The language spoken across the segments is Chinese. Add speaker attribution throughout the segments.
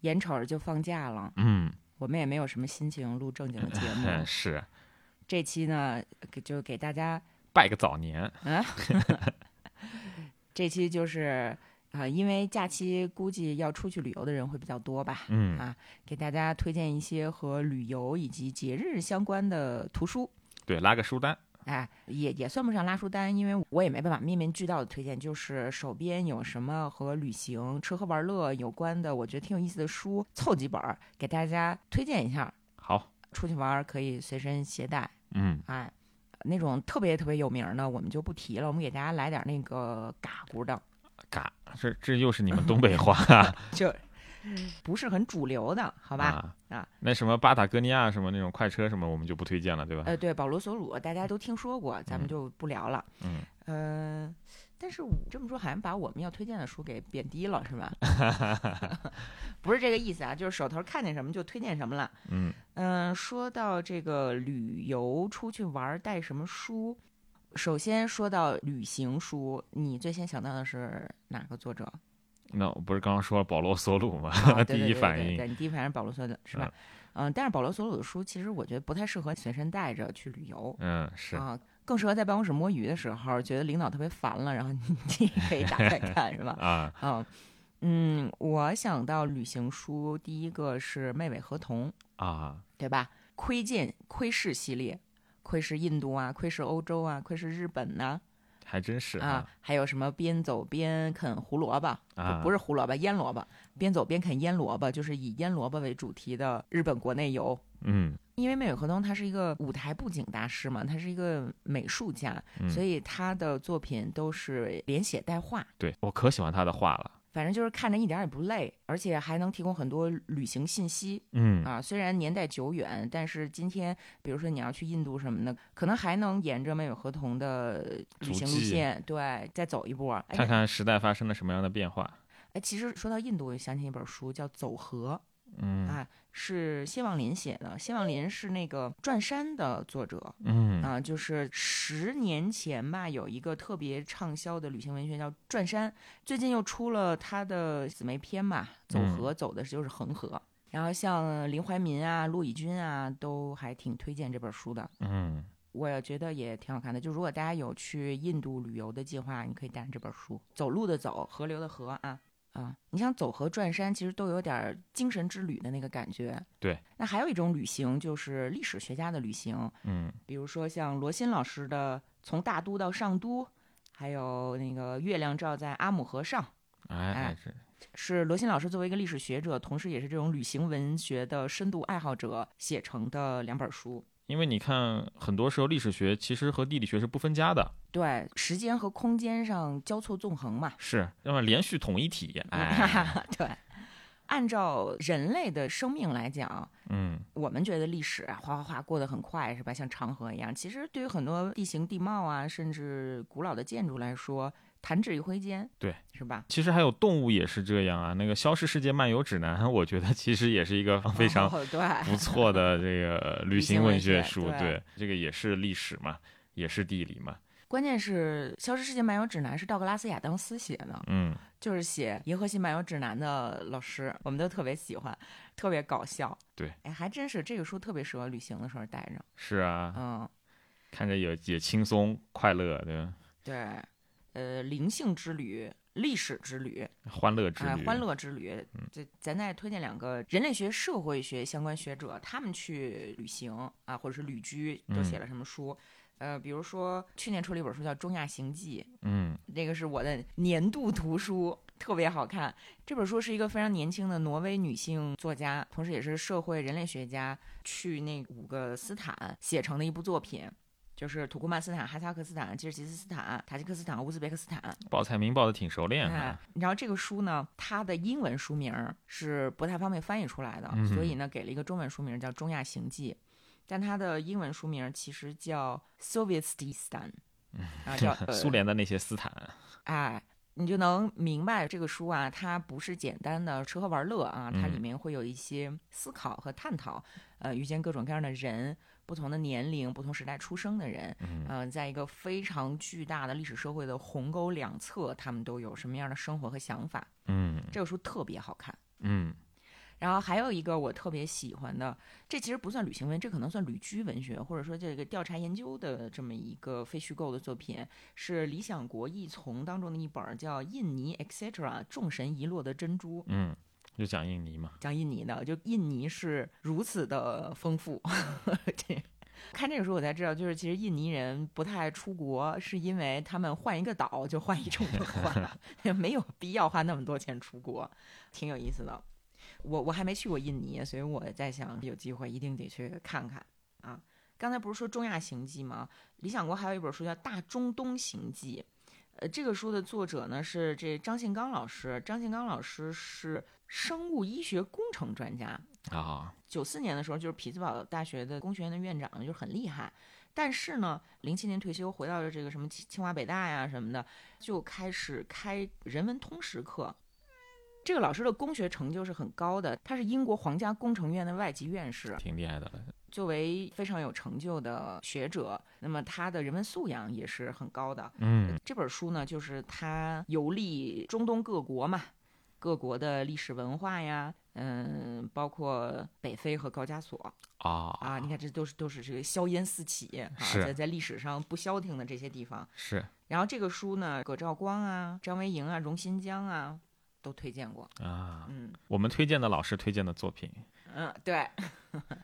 Speaker 1: 眼瞅着就放假了，
Speaker 2: 嗯，
Speaker 1: 我们也没有什么心情录正经的节目。
Speaker 2: 是
Speaker 1: 这期呢，给就给大家，
Speaker 2: 拜个早年，
Speaker 1: 这期就是呃，因为假期估计要出去旅游的人会比较多吧，
Speaker 2: 嗯
Speaker 1: 啊给大家推荐一些和旅游以及节日相关的图书。
Speaker 2: 对，拉个书单，
Speaker 1: 哎，也也算不上拉书单，因为我也没办法面面俱到的推荐，就是手边有什么和旅行、吃喝玩乐有关的，我觉得挺有意思的书，凑几本儿给大家推荐一下。
Speaker 2: 好，
Speaker 1: 出去玩儿可以随身携带，
Speaker 2: 嗯，
Speaker 1: 哎，那种特别特别有名儿的我们就不提了，我们给大家来点儿那个嘎咕的，
Speaker 2: 嘎，
Speaker 1: 嗯
Speaker 2: 这这又是你们东北话，好
Speaker 1: 就不是很主流的， 好吧？啊
Speaker 2: 那什么巴塔哥尼亚什么那种快车什么，我们就不推荐了，对吧？
Speaker 1: 呃，对，保罗·索鲁大家都听说过，咱们
Speaker 2: 嗯
Speaker 1: 就不聊了。
Speaker 2: 嗯，
Speaker 1: 嗯、但是我这么说好像把我们要推荐的书给贬低了， 是吧？不是这个意思啊，就是手头看见什么就推荐什么了。
Speaker 2: 嗯，
Speaker 1: 嗯、说到这个旅游出去玩儿带什么书，首先说到旅行书，你最先想到的是哪个作者？
Speaker 2: 那我不是刚刚说了保罗·索鲁吗？
Speaker 1: 啊对
Speaker 2: 啊第
Speaker 1: 对
Speaker 2: 一
Speaker 1: 对
Speaker 2: 反
Speaker 1: 对
Speaker 2: 应
Speaker 1: 对，你第一反应是保罗·索鲁是吧？嗯、但是保罗·索鲁的书其实我觉得不太适合随身带着去旅游。
Speaker 2: 嗯，是，
Speaker 1: 啊，更适合在办公室摸鱼的时候，觉得领导特别烦了，然后你可以打 开看，是吧？
Speaker 2: 啊，
Speaker 1: 啊，嗯，我想到旅行书，第一个是《妹妹合同》，
Speaker 2: 啊，
Speaker 1: 对吧？窥见窥视系列，窥视印度啊，窥视欧洲啊，窥视日本呐、
Speaker 2: 还真是
Speaker 1: 啊，还有什么边走边啃胡萝卜，
Speaker 2: 啊，
Speaker 1: 不不是胡萝卜，腌萝卜，边走边啃腌萝卜，就是以腌萝卜为主题的日本国内游。
Speaker 2: 嗯，
Speaker 1: 因为妹妹合同他是一个舞台布景大师嘛，他是一个美术家，
Speaker 2: 嗯
Speaker 1: 所以他的作品都是连写带画，
Speaker 2: 对我可喜欢他的画了，
Speaker 1: 反正就是看着一点儿也不累，而且还能提供很多旅行信息
Speaker 2: 嗯
Speaker 1: 啊。虽然年代久远，但是今天比如说你要去印度什么的，可能还能沿着妹妹合同的旅行路
Speaker 2: 足迹
Speaker 1: 线，对，再走一波。
Speaker 2: 看
Speaker 1: 哎，
Speaker 2: 看时代发生了什么样的变化，
Speaker 1: 哎，其实说到印度，我就想起一本书叫《走河》，
Speaker 2: 嗯
Speaker 1: 啊，是谢望林写的。谢望林是那个《转山》的作者，
Speaker 2: 嗯
Speaker 1: 啊，就是十年前吧，有一个特别畅销的旅行文学叫《转山》，最近又出了他的姊妹篇嘛，《走
Speaker 2: 嗯
Speaker 1: 河》走的就是恒河。然后像林怀民啊、骆以军啊，都还挺推荐这本书的，
Speaker 2: 嗯，
Speaker 1: 我也觉得也挺好看的。就如果大家有去印度旅游的计划，你可以带上这本书，走路的走，河流的河啊啊！你像走河转山，其实都有点儿精神之旅的那个感觉。
Speaker 2: 对，
Speaker 1: 那还有一种旅行就是历史学家的旅行，
Speaker 2: 嗯
Speaker 1: 比如说像罗新老师的《从大都到上都》，还有那个《月亮照在阿姆河上》，
Speaker 2: 哎
Speaker 1: 哎
Speaker 2: 哎，这
Speaker 1: 是罗新老师作为一个历史学者，同时也是这种旅行文学的深度爱好者写成的两本书。
Speaker 2: 因为你看，很多时候历史学其实和地理学是不分家的，
Speaker 1: 对，时间和空间上交错纵横嘛。
Speaker 2: 是那么连续统一体， 哎，
Speaker 1: 对，按照人类的生命来讲，
Speaker 2: 嗯
Speaker 1: 我们觉得历史啊，哗哗哗过得很快，是吧？像长河一样。其实对于很多地形地貌啊，甚至古老的建筑来说，弹指一挥间，
Speaker 2: 对，
Speaker 1: 是吧？
Speaker 2: 其实还有动物也是这样啊。那个《消失世界漫游指南》， 我觉得其实也是一个非常
Speaker 1: 哦、 对，
Speaker 2: 不错的这个旅行文学书
Speaker 1: 旅行，文学对
Speaker 2: 对，这个也是历史嘛，也是地理嘛，
Speaker 1: 关键是《消失世界漫游指南》是道格拉斯·亚当斯写的，
Speaker 2: 嗯
Speaker 1: 就是写《银河系漫游指南》的老师，我们都特别喜欢，特别搞笑。
Speaker 2: 对，
Speaker 1: 哎，还真是这个书特别适合旅行的时候带着。
Speaker 2: 是啊，
Speaker 1: 嗯，
Speaker 2: 看着也也轻松快乐，对吧？
Speaker 1: 对，呃，灵性之旅、历史之旅、
Speaker 2: 欢乐之
Speaker 1: 哎，
Speaker 2: 旅，嗯
Speaker 1: 欢乐之旅，这咱再推荐两个人类学、社会学相关学者，他们去旅行啊，或者是旅居，都写
Speaker 2: 嗯
Speaker 1: 了什么书？呃，比如说去年出了一本书叫《中亚行记》，
Speaker 2: 嗯
Speaker 1: 那个是我的年度图书，特别好看。这本书是一个非常年轻的挪威女性作家，同时也是社会人类学家，去那五个斯坦写成的一部作品，就是土库曼斯坦、哈萨克斯坦、吉尔吉斯斯坦、塔吉克斯坦、乌兹别克斯坦。
Speaker 2: 报菜名报的挺熟练
Speaker 1: 哎
Speaker 2: 啊，，
Speaker 1: 然后这个书呢，它的英文书名儿是不太方便翻译出来的，
Speaker 2: 嗯哼
Speaker 1: 所以呢，给了一个中文书名叫《中亚行记》，但它的英文书名其实叫 Sovietistan，啊， 叫、呃、
Speaker 2: 嗯苏联的那些斯坦，
Speaker 1: 哎，你就能明白这个书啊，它不是简单的吃喝玩乐啊，它里
Speaker 2: 嗯
Speaker 1: 面会有一些思考和探讨，呃，遇见各种各样的人，不同的年龄、不同时代出生的人，嗯、在一个非常巨大的历史社会的鸿沟两侧，他们都有什么样的生活和想法。
Speaker 2: 嗯
Speaker 1: 这个书特别好看。
Speaker 2: 嗯，
Speaker 1: 然后还有一个我特别喜欢的，这其实不算旅行文，这可能算旅居文学，或者说这个调查研究的这么一个非虚构的作品，是理想国译丛当中的一本儿叫《印尼 etc. 众神遗落的珍珠》。
Speaker 2: 嗯，就讲印尼嘛，
Speaker 1: 讲印尼的，就印尼是如此的丰富。 这看这个时候我才知道，就是其实印尼人不太爱出国，是因为他们换一个岛就换一种文化， 没有必要花那么多钱出国，挺有意思的。我我还没去过印尼，所以我在想有机会一定得去看看啊。刚才不是说《中亚行记》吗？理想国还有一本书叫《大中东行记》，呃，这个书的作者呢是这张信刚老师，张信刚老师是生物医学工程专家。
Speaker 2: 啊，
Speaker 1: 九四年的时候，就是匹兹堡大学的工学院的院长，就是很厉害。但是呢，零七年退休，回到了这个什么清清华北大呀什么的，就开始开人文通识课。这个老师的工学成就是很高的，他是英国皇家工程院的外籍院士。
Speaker 2: 挺厉害的了。
Speaker 1: 作为非常有成就的学者，那么他的人文素养也是很高的。
Speaker 2: 嗯，
Speaker 1: 这本书呢，就是他游历中东各国嘛，各国的历史文化呀，嗯，包括北非和高加索
Speaker 2: 啊，
Speaker 1: 啊，你看这都是都是这个硝烟四起啊，
Speaker 2: 是
Speaker 1: 在在历史上不消停的这些地方。
Speaker 2: 是
Speaker 1: 然后这个书呢，葛兆光啊、张维迎啊、荣新江啊都推荐过，
Speaker 2: 啊，
Speaker 1: 嗯
Speaker 2: 我们推荐的老师推荐的作品，
Speaker 1: 嗯，对。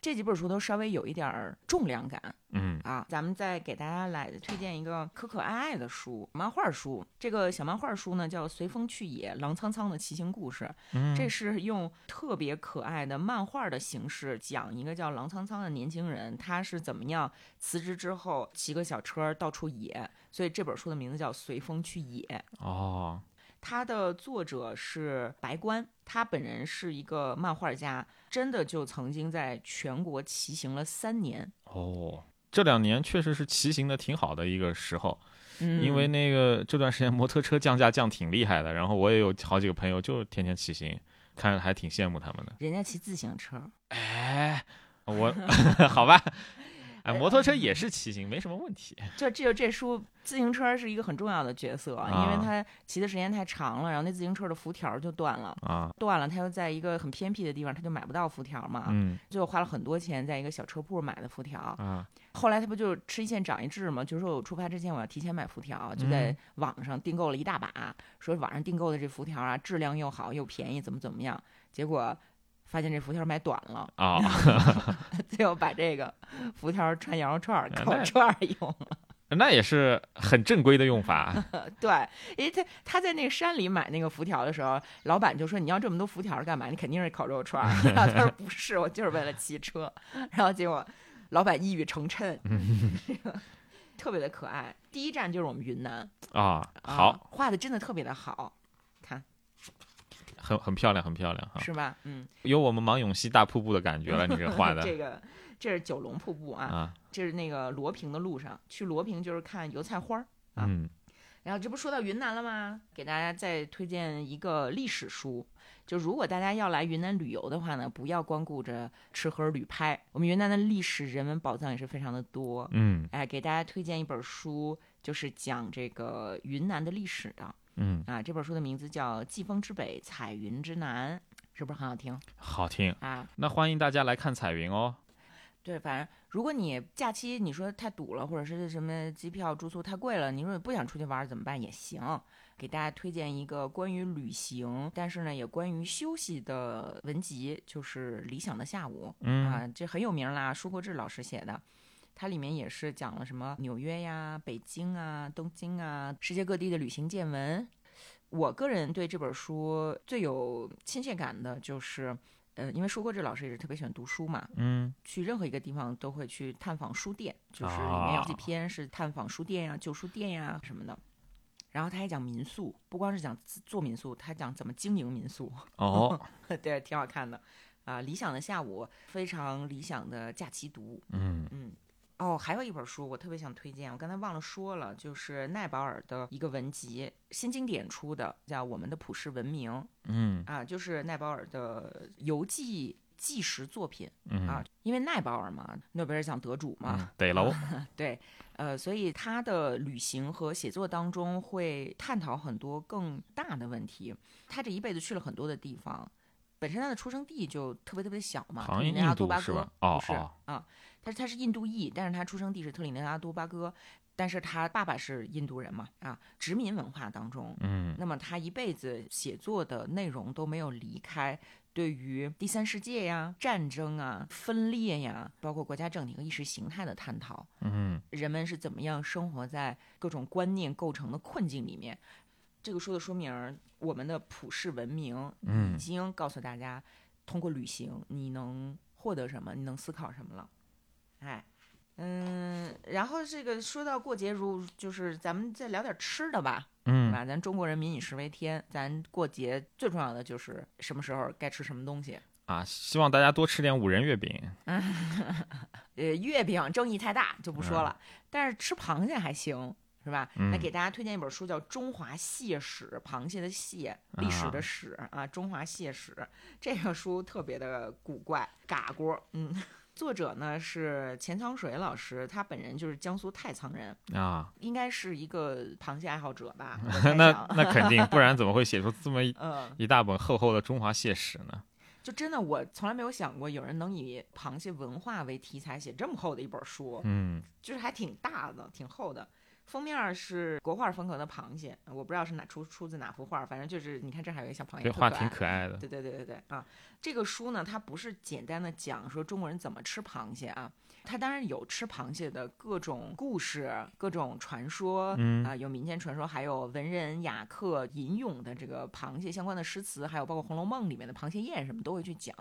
Speaker 1: 这几本书都稍微有一点儿重量感，
Speaker 2: 嗯
Speaker 1: 啊，咱们再给大家来推荐一个可可爱爱的书，漫画书。这个小漫画书呢叫《随风去野：狼苍苍的骑行故事》，
Speaker 2: 嗯，
Speaker 1: 这是用特别可爱的漫画的形式讲一个叫狼苍苍的年轻人，他是怎么样辞职之后骑个小车到处野。所以这本书的名字叫《随风去野》。
Speaker 2: 哦，
Speaker 1: 它的作者是白关，他本人是一个漫画家，真的就曾经在全国骑行了三年。
Speaker 2: 哦，这两年确实是骑行的挺好的一个时候，
Speaker 1: 嗯，
Speaker 2: 因为那个这段时间摩托车降价降挺厉害的，然后我也有好几个朋友就天天骑行，看着还挺羡慕他们的。
Speaker 1: 人家骑自行车。
Speaker 2: 哎， 我好吧，哎，摩托车也是骑行，没什么问题。
Speaker 1: 就这就这书，自行车是一个很重要的角色，因
Speaker 2: 啊
Speaker 1: 为他骑的时间太长了，然后那自行车的辐条就断了，
Speaker 2: 啊，
Speaker 1: 断了他又在一个很偏僻的地方，他就买不到辐条嘛，
Speaker 2: 嗯
Speaker 1: 最后花了很多钱在一个小车铺买的辐条。
Speaker 2: 啊，
Speaker 1: 后来他不就吃一堑长一智嘛，就说我出发之前我要提前买辐条，就在
Speaker 2: 嗯
Speaker 1: 网上订购了一大把，说网上订购的这辐条啊，质量又好又便宜，怎么怎么样，结果发现这辐条买短了，
Speaker 2: 啊，
Speaker 1: 最后把这个辐条穿羊肉串儿、
Speaker 2: 啊
Speaker 1: 烤
Speaker 2: 那
Speaker 1: 串儿用。
Speaker 2: 那也是很正规的用法。
Speaker 1: 对，因为他他在那个山里买那个辐条的时候，老板就说你要这么多辐条干嘛？你肯定是烤肉串儿。 然后他说不是，我就是为了骑车。然后结果老板一语成谶，
Speaker 2: 嗯
Speaker 1: 特别的可爱。第一站就是我们云南，
Speaker 2: 啊，
Speaker 1: 啊、
Speaker 2: 好，，
Speaker 1: 画的真的特别的好，
Speaker 2: 很很漂亮，很漂亮哈，
Speaker 1: 是吧？嗯，
Speaker 2: 有我们芒永溪大瀑布的感觉了。你这画 的
Speaker 1: 这个这是九龙瀑布啊，
Speaker 2: 啊，
Speaker 1: 这是那个罗平的路上，去罗平就是看油菜花儿。啊
Speaker 2: 嗯
Speaker 1: 然后这不说到云南了吗？给大家再推荐一个历史书，就如果大家要来云南旅游的话呢，不要光顾着吃喝旅拍，我们云南的历史人文宝藏也是非常的多。
Speaker 2: 嗯
Speaker 1: 哎，给大家推荐一本书，就是讲这个云南的历史的
Speaker 2: 嗯，
Speaker 1: 啊。这本书的名字叫《季风之北，彩云之南》，是不是很好听
Speaker 2: 好听。
Speaker 1: 啊？
Speaker 2: 那欢迎大家来看彩云哦。
Speaker 1: 对，反正如果你假期你说太堵了，或者是什么机票住宿太贵了，你说你不想出去玩儿怎么办也行。给大家推荐一个关于旅行，但是呢也关于休息的文集，就是《理想的下午》
Speaker 2: 嗯
Speaker 1: 啊，这很有名啦，舒国志老师写的。它里面也是讲了什么纽约呀、北京啊、东京啊，世界各地的旅行见闻。我个人对这本书最有亲切感的就是，呃，因为舒国志老师也是特别喜欢读书嘛，
Speaker 2: 嗯
Speaker 1: 去任何一个地方都会去探访书店，就是里面有好几
Speaker 2: 啊
Speaker 1: 篇是探访书店呀、旧书店呀什么的。然后他还讲民宿，不光是讲自做民宿，他还讲怎么经营民宿，
Speaker 2: 哦
Speaker 1: 对，挺好看的。啊，理想的下午，非常理想的假期读，
Speaker 2: 嗯
Speaker 1: 嗯。哦，还有一本书我特别想推荐，我刚才忘了说了，就是奈保尔的一个文集，新经典出的，叫《我们的普世文明》
Speaker 2: 嗯
Speaker 1: 啊，就是奈保尔的游记纪实作品。啊
Speaker 2: 嗯，
Speaker 1: 因为奈保尔嘛，诺贝尔奖得主嘛，
Speaker 2: 嗯，得喽。
Speaker 1: 对，呃，所以他的旅行和写作当中会探讨很多更大的问题。他这一辈子去了很多的地方，本身他的出生地就特别特别小嘛，特
Speaker 2: 好像
Speaker 1: 立尼
Speaker 2: 印
Speaker 1: 达多
Speaker 2: 度
Speaker 1: 巴
Speaker 2: 是
Speaker 1: 哥
Speaker 2: 吧？哦
Speaker 1: 不是
Speaker 2: 哦，
Speaker 1: 啊，他是他是印度裔，但是他出生地是特立尼达多巴哥，但是他爸爸是印度人嘛，啊，殖民文化当中，
Speaker 2: 嗯
Speaker 1: 那么他一辈子写作的内容都没有离开对于第三世界呀、战争啊、分裂呀，包括国家政体和意识形态的探讨，
Speaker 2: 嗯，
Speaker 1: 人们是怎么样生活在各种观念构成的困境里面。这个书的书名儿《我们的普世文明》已
Speaker 2: 嗯
Speaker 1: 经告诉大家，通过旅行你能获得什么，你能思考什么了。哎，嗯，然后这个说到过节如，就是咱们再聊点吃的吧。对
Speaker 2: 嗯，
Speaker 1: 吧？咱中国人民以食为天，咱过节最重要的就是什么时候该吃什么东西。
Speaker 2: 啊，希望大家多吃点五仁月饼。
Speaker 1: 呃，月饼争议太大，就不说了。但是吃螃蟹还行，是吧？那
Speaker 2: 嗯
Speaker 1: 给大家推荐一本书，叫《中华蟹史》，螃蟹的蟹，历史的
Speaker 2: 啊
Speaker 1: 史啊，《中华蟹史》这个书特别的古怪，嘎锅，嗯。 作者呢是钱仓水老师，他本人就是江苏太仓人，
Speaker 2: 啊，
Speaker 1: 应该是一个螃蟹爱好者吧。我猜
Speaker 2: 那
Speaker 1: 想
Speaker 2: 那肯定，不然怎么会写出这么一
Speaker 1: 嗯，
Speaker 2: 一大本厚厚的中华蟹史呢？
Speaker 1: 就真的我从来没有想过有人能以螃蟹文化为题材写这么厚的一本书，
Speaker 2: 嗯
Speaker 1: 就是还挺大的，挺厚的。封面儿是国画风格的螃蟹，我不知道是哪出出自哪幅画，反正就是你看这还有一个小螃蟹，
Speaker 2: 这
Speaker 1: 特
Speaker 2: 话
Speaker 1: 可
Speaker 2: 挺
Speaker 1: 爱
Speaker 2: 可爱的。
Speaker 1: 对对啊对对对啊！这个书呢，它不是简单的讲说中国人怎么吃螃蟹啊，它当然有吃螃蟹的各种故事、各种传说，
Speaker 2: 嗯
Speaker 1: 啊，有民间传说，还有文人雅客吟咏的这个螃蟹相关的诗词，还有包括《红楼梦》里面的螃蟹宴什么都会去讲。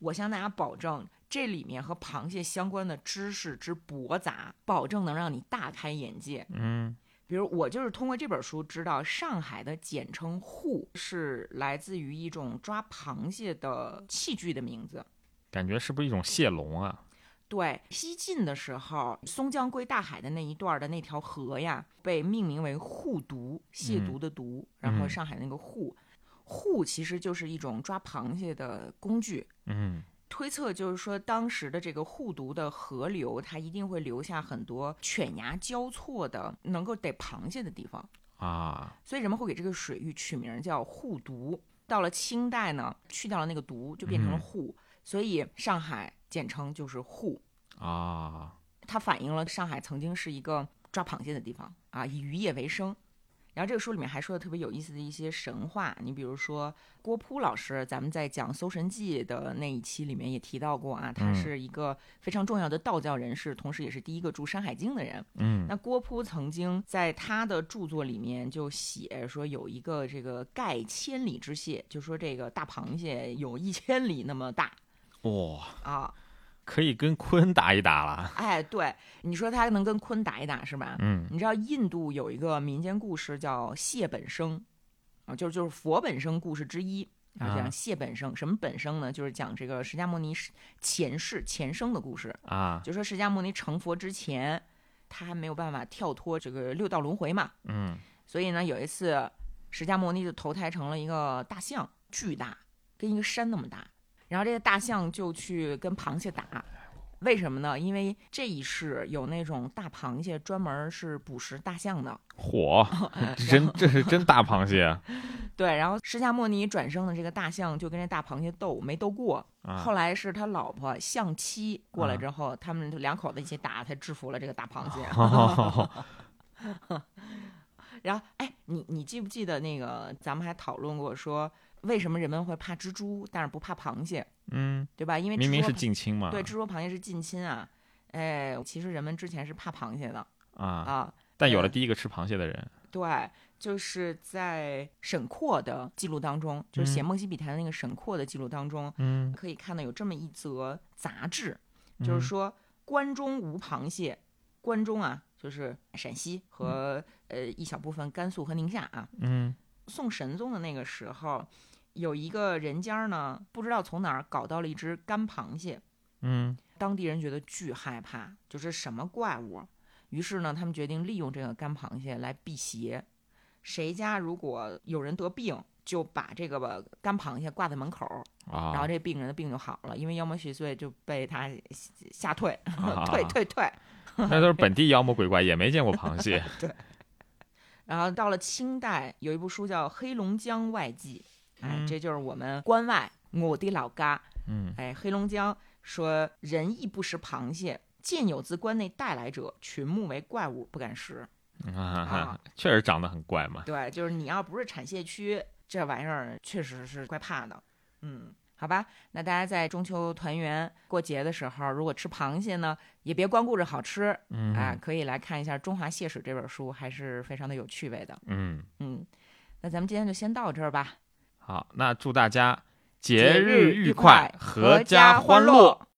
Speaker 1: 我向大家保证，这里面和螃蟹相关的知识之博杂，保证能让你大开眼界。
Speaker 2: 嗯
Speaker 1: 比如我就是通过这本书知道，上海的简称“沪”是来自于一种抓螃蟹的器具的名字。
Speaker 2: 感觉是不是一种蟹笼啊？
Speaker 1: 对，西晋的时候，松江归大海的那一段儿的那条河呀，被命名为护渎，亵渎的渎，然后
Speaker 2: 嗯
Speaker 1: 上海那个护，护其实就是一种抓螃蟹的工具。
Speaker 2: 嗯
Speaker 1: 推测就是说，当时的这个护渎的河流，它一定会留下很多犬牙交错的能够逮螃蟹的地方。
Speaker 2: 啊，
Speaker 1: 所以人们会给这个水域取名叫沪渎。到了清代呢，去掉了那个“渎”，就变成了
Speaker 2: 嗯
Speaker 1: 沪，所以上海简称就是沪。
Speaker 2: 啊，
Speaker 1: 它反映了上海曾经是一个抓螃蟹的地方啊，以渔业为生。然后这个书里面还说的特别有意思的一些神话，你比如说郭璞老师，咱们在讲《搜神记》的那一期里面也提到过啊，他
Speaker 2: 嗯
Speaker 1: 是一个非常重要的道教人士，同时也是第一个著《山海经》的人。
Speaker 2: 嗯
Speaker 1: 那郭璞曾经在他的著作里面就写说，有一个这个盖千里之蟹，就说这个大螃蟹有一千里那么大
Speaker 2: 哇、
Speaker 1: 啊。
Speaker 2: 可以跟鲲打一打了。
Speaker 1: 哎，对，你说它能跟鲲打一打是吧？
Speaker 2: 嗯
Speaker 1: 你知道印度有一个民间故事叫蟹本生，啊，就是就是佛本生故事之一。然后
Speaker 2: 啊
Speaker 1: 讲蟹本生，什么本生呢？就是讲这个释迦牟尼是前世前生的故事。
Speaker 2: 啊，
Speaker 1: 就说释迦牟尼成佛之前，他还没有办法跳脱这个六道轮回嘛，
Speaker 2: 嗯
Speaker 1: 所以呢，有一次释迦牟尼就投胎成了一个大象，巨大，跟一个山那么大。然后这个大象就去跟螃蟹打，为什么呢？因为这一世有那种大螃蟹专门是捕食大象的。
Speaker 2: 火，真这哦呃是真大螃蟹 啊
Speaker 1: 对，然后释迦牟尼转生的这个大象就跟这大螃蟹斗，没斗过。后
Speaker 2: 啊！
Speaker 1: 来是他老婆象妻过来之后，他们就两口子一起打，才制服了这个大螃蟹。然后，哎，你你记不记得那个咱们还讨论过说，为什么人们会怕蜘蛛，但是不怕螃蟹，
Speaker 2: 嗯，
Speaker 1: 对吧？因为
Speaker 2: 明明
Speaker 1: 蜘蛛
Speaker 2: 是近啊亲嘛。
Speaker 1: 对蜘蛛螃蟹是近亲啊。哎，其实人们之前是怕螃蟹的
Speaker 2: 啊，
Speaker 1: 啊。
Speaker 2: 但有了第一个吃螃蟹的人，
Speaker 1: 对，就是在沈括的记录当中，就是写《
Speaker 2: 嗯
Speaker 1: 梦溪笔谈》的那个沈括的记录当中，
Speaker 2: 嗯，
Speaker 1: 可以看到有这么一则杂志，就是
Speaker 2: 嗯
Speaker 1: 说关中无螃蟹，关中啊，就是陕西和、呃一小部分甘肃和宁夏啊，
Speaker 2: 嗯
Speaker 1: 宋神宗的那个时候，有一个人家儿呢，不知道从哪儿搞到了一只干螃蟹，
Speaker 2: 嗯
Speaker 1: 当地人觉得巨害怕，就是什么怪物。于是呢，他们决定利用这个干螃蟹来辟邪。谁家如果有人得病，就把这个吧干螃蟹挂在门口儿，然后
Speaker 2: 啊
Speaker 1: 这病人的病就好了，因为妖魔邪祟就被他吓退，
Speaker 2: 啊
Speaker 1: 退退退。
Speaker 2: 那都是本地妖魔 鬼怪，也没见过螃蟹
Speaker 1: 然后到了清代，有一部书叫《黑龙江外记》，哎，
Speaker 2: 嗯
Speaker 1: 这就是我们关外我的老家，
Speaker 2: 嗯，
Speaker 1: 哎，黑龙江说人亦不食螃蟹，见有自关内带来者，群目为怪物，不敢食。
Speaker 2: 啊，确实长得很怪嘛。
Speaker 1: 对，就是你要不是产蟹区，这玩意儿确实是怪怕的。嗯，好吧，那大家在中秋团圆过节的时候，如果吃螃蟹呢，也别光顾着好吃，啊
Speaker 2: 嗯，
Speaker 1: 可以来看一下《中华蟹史》这本书，还是非常的有趣味的。
Speaker 2: 嗯，
Speaker 1: 嗯，那咱们今天就先到这儿吧，
Speaker 2: 好，那祝大家
Speaker 1: 节
Speaker 2: 节
Speaker 1: 日
Speaker 2: 日
Speaker 1: 愉
Speaker 2: 愉
Speaker 1: 快
Speaker 2: 快，
Speaker 1: 阖
Speaker 2: 阖
Speaker 1: 家
Speaker 2: 家
Speaker 1: 欢
Speaker 2: 欢
Speaker 1: 乐
Speaker 2: 乐。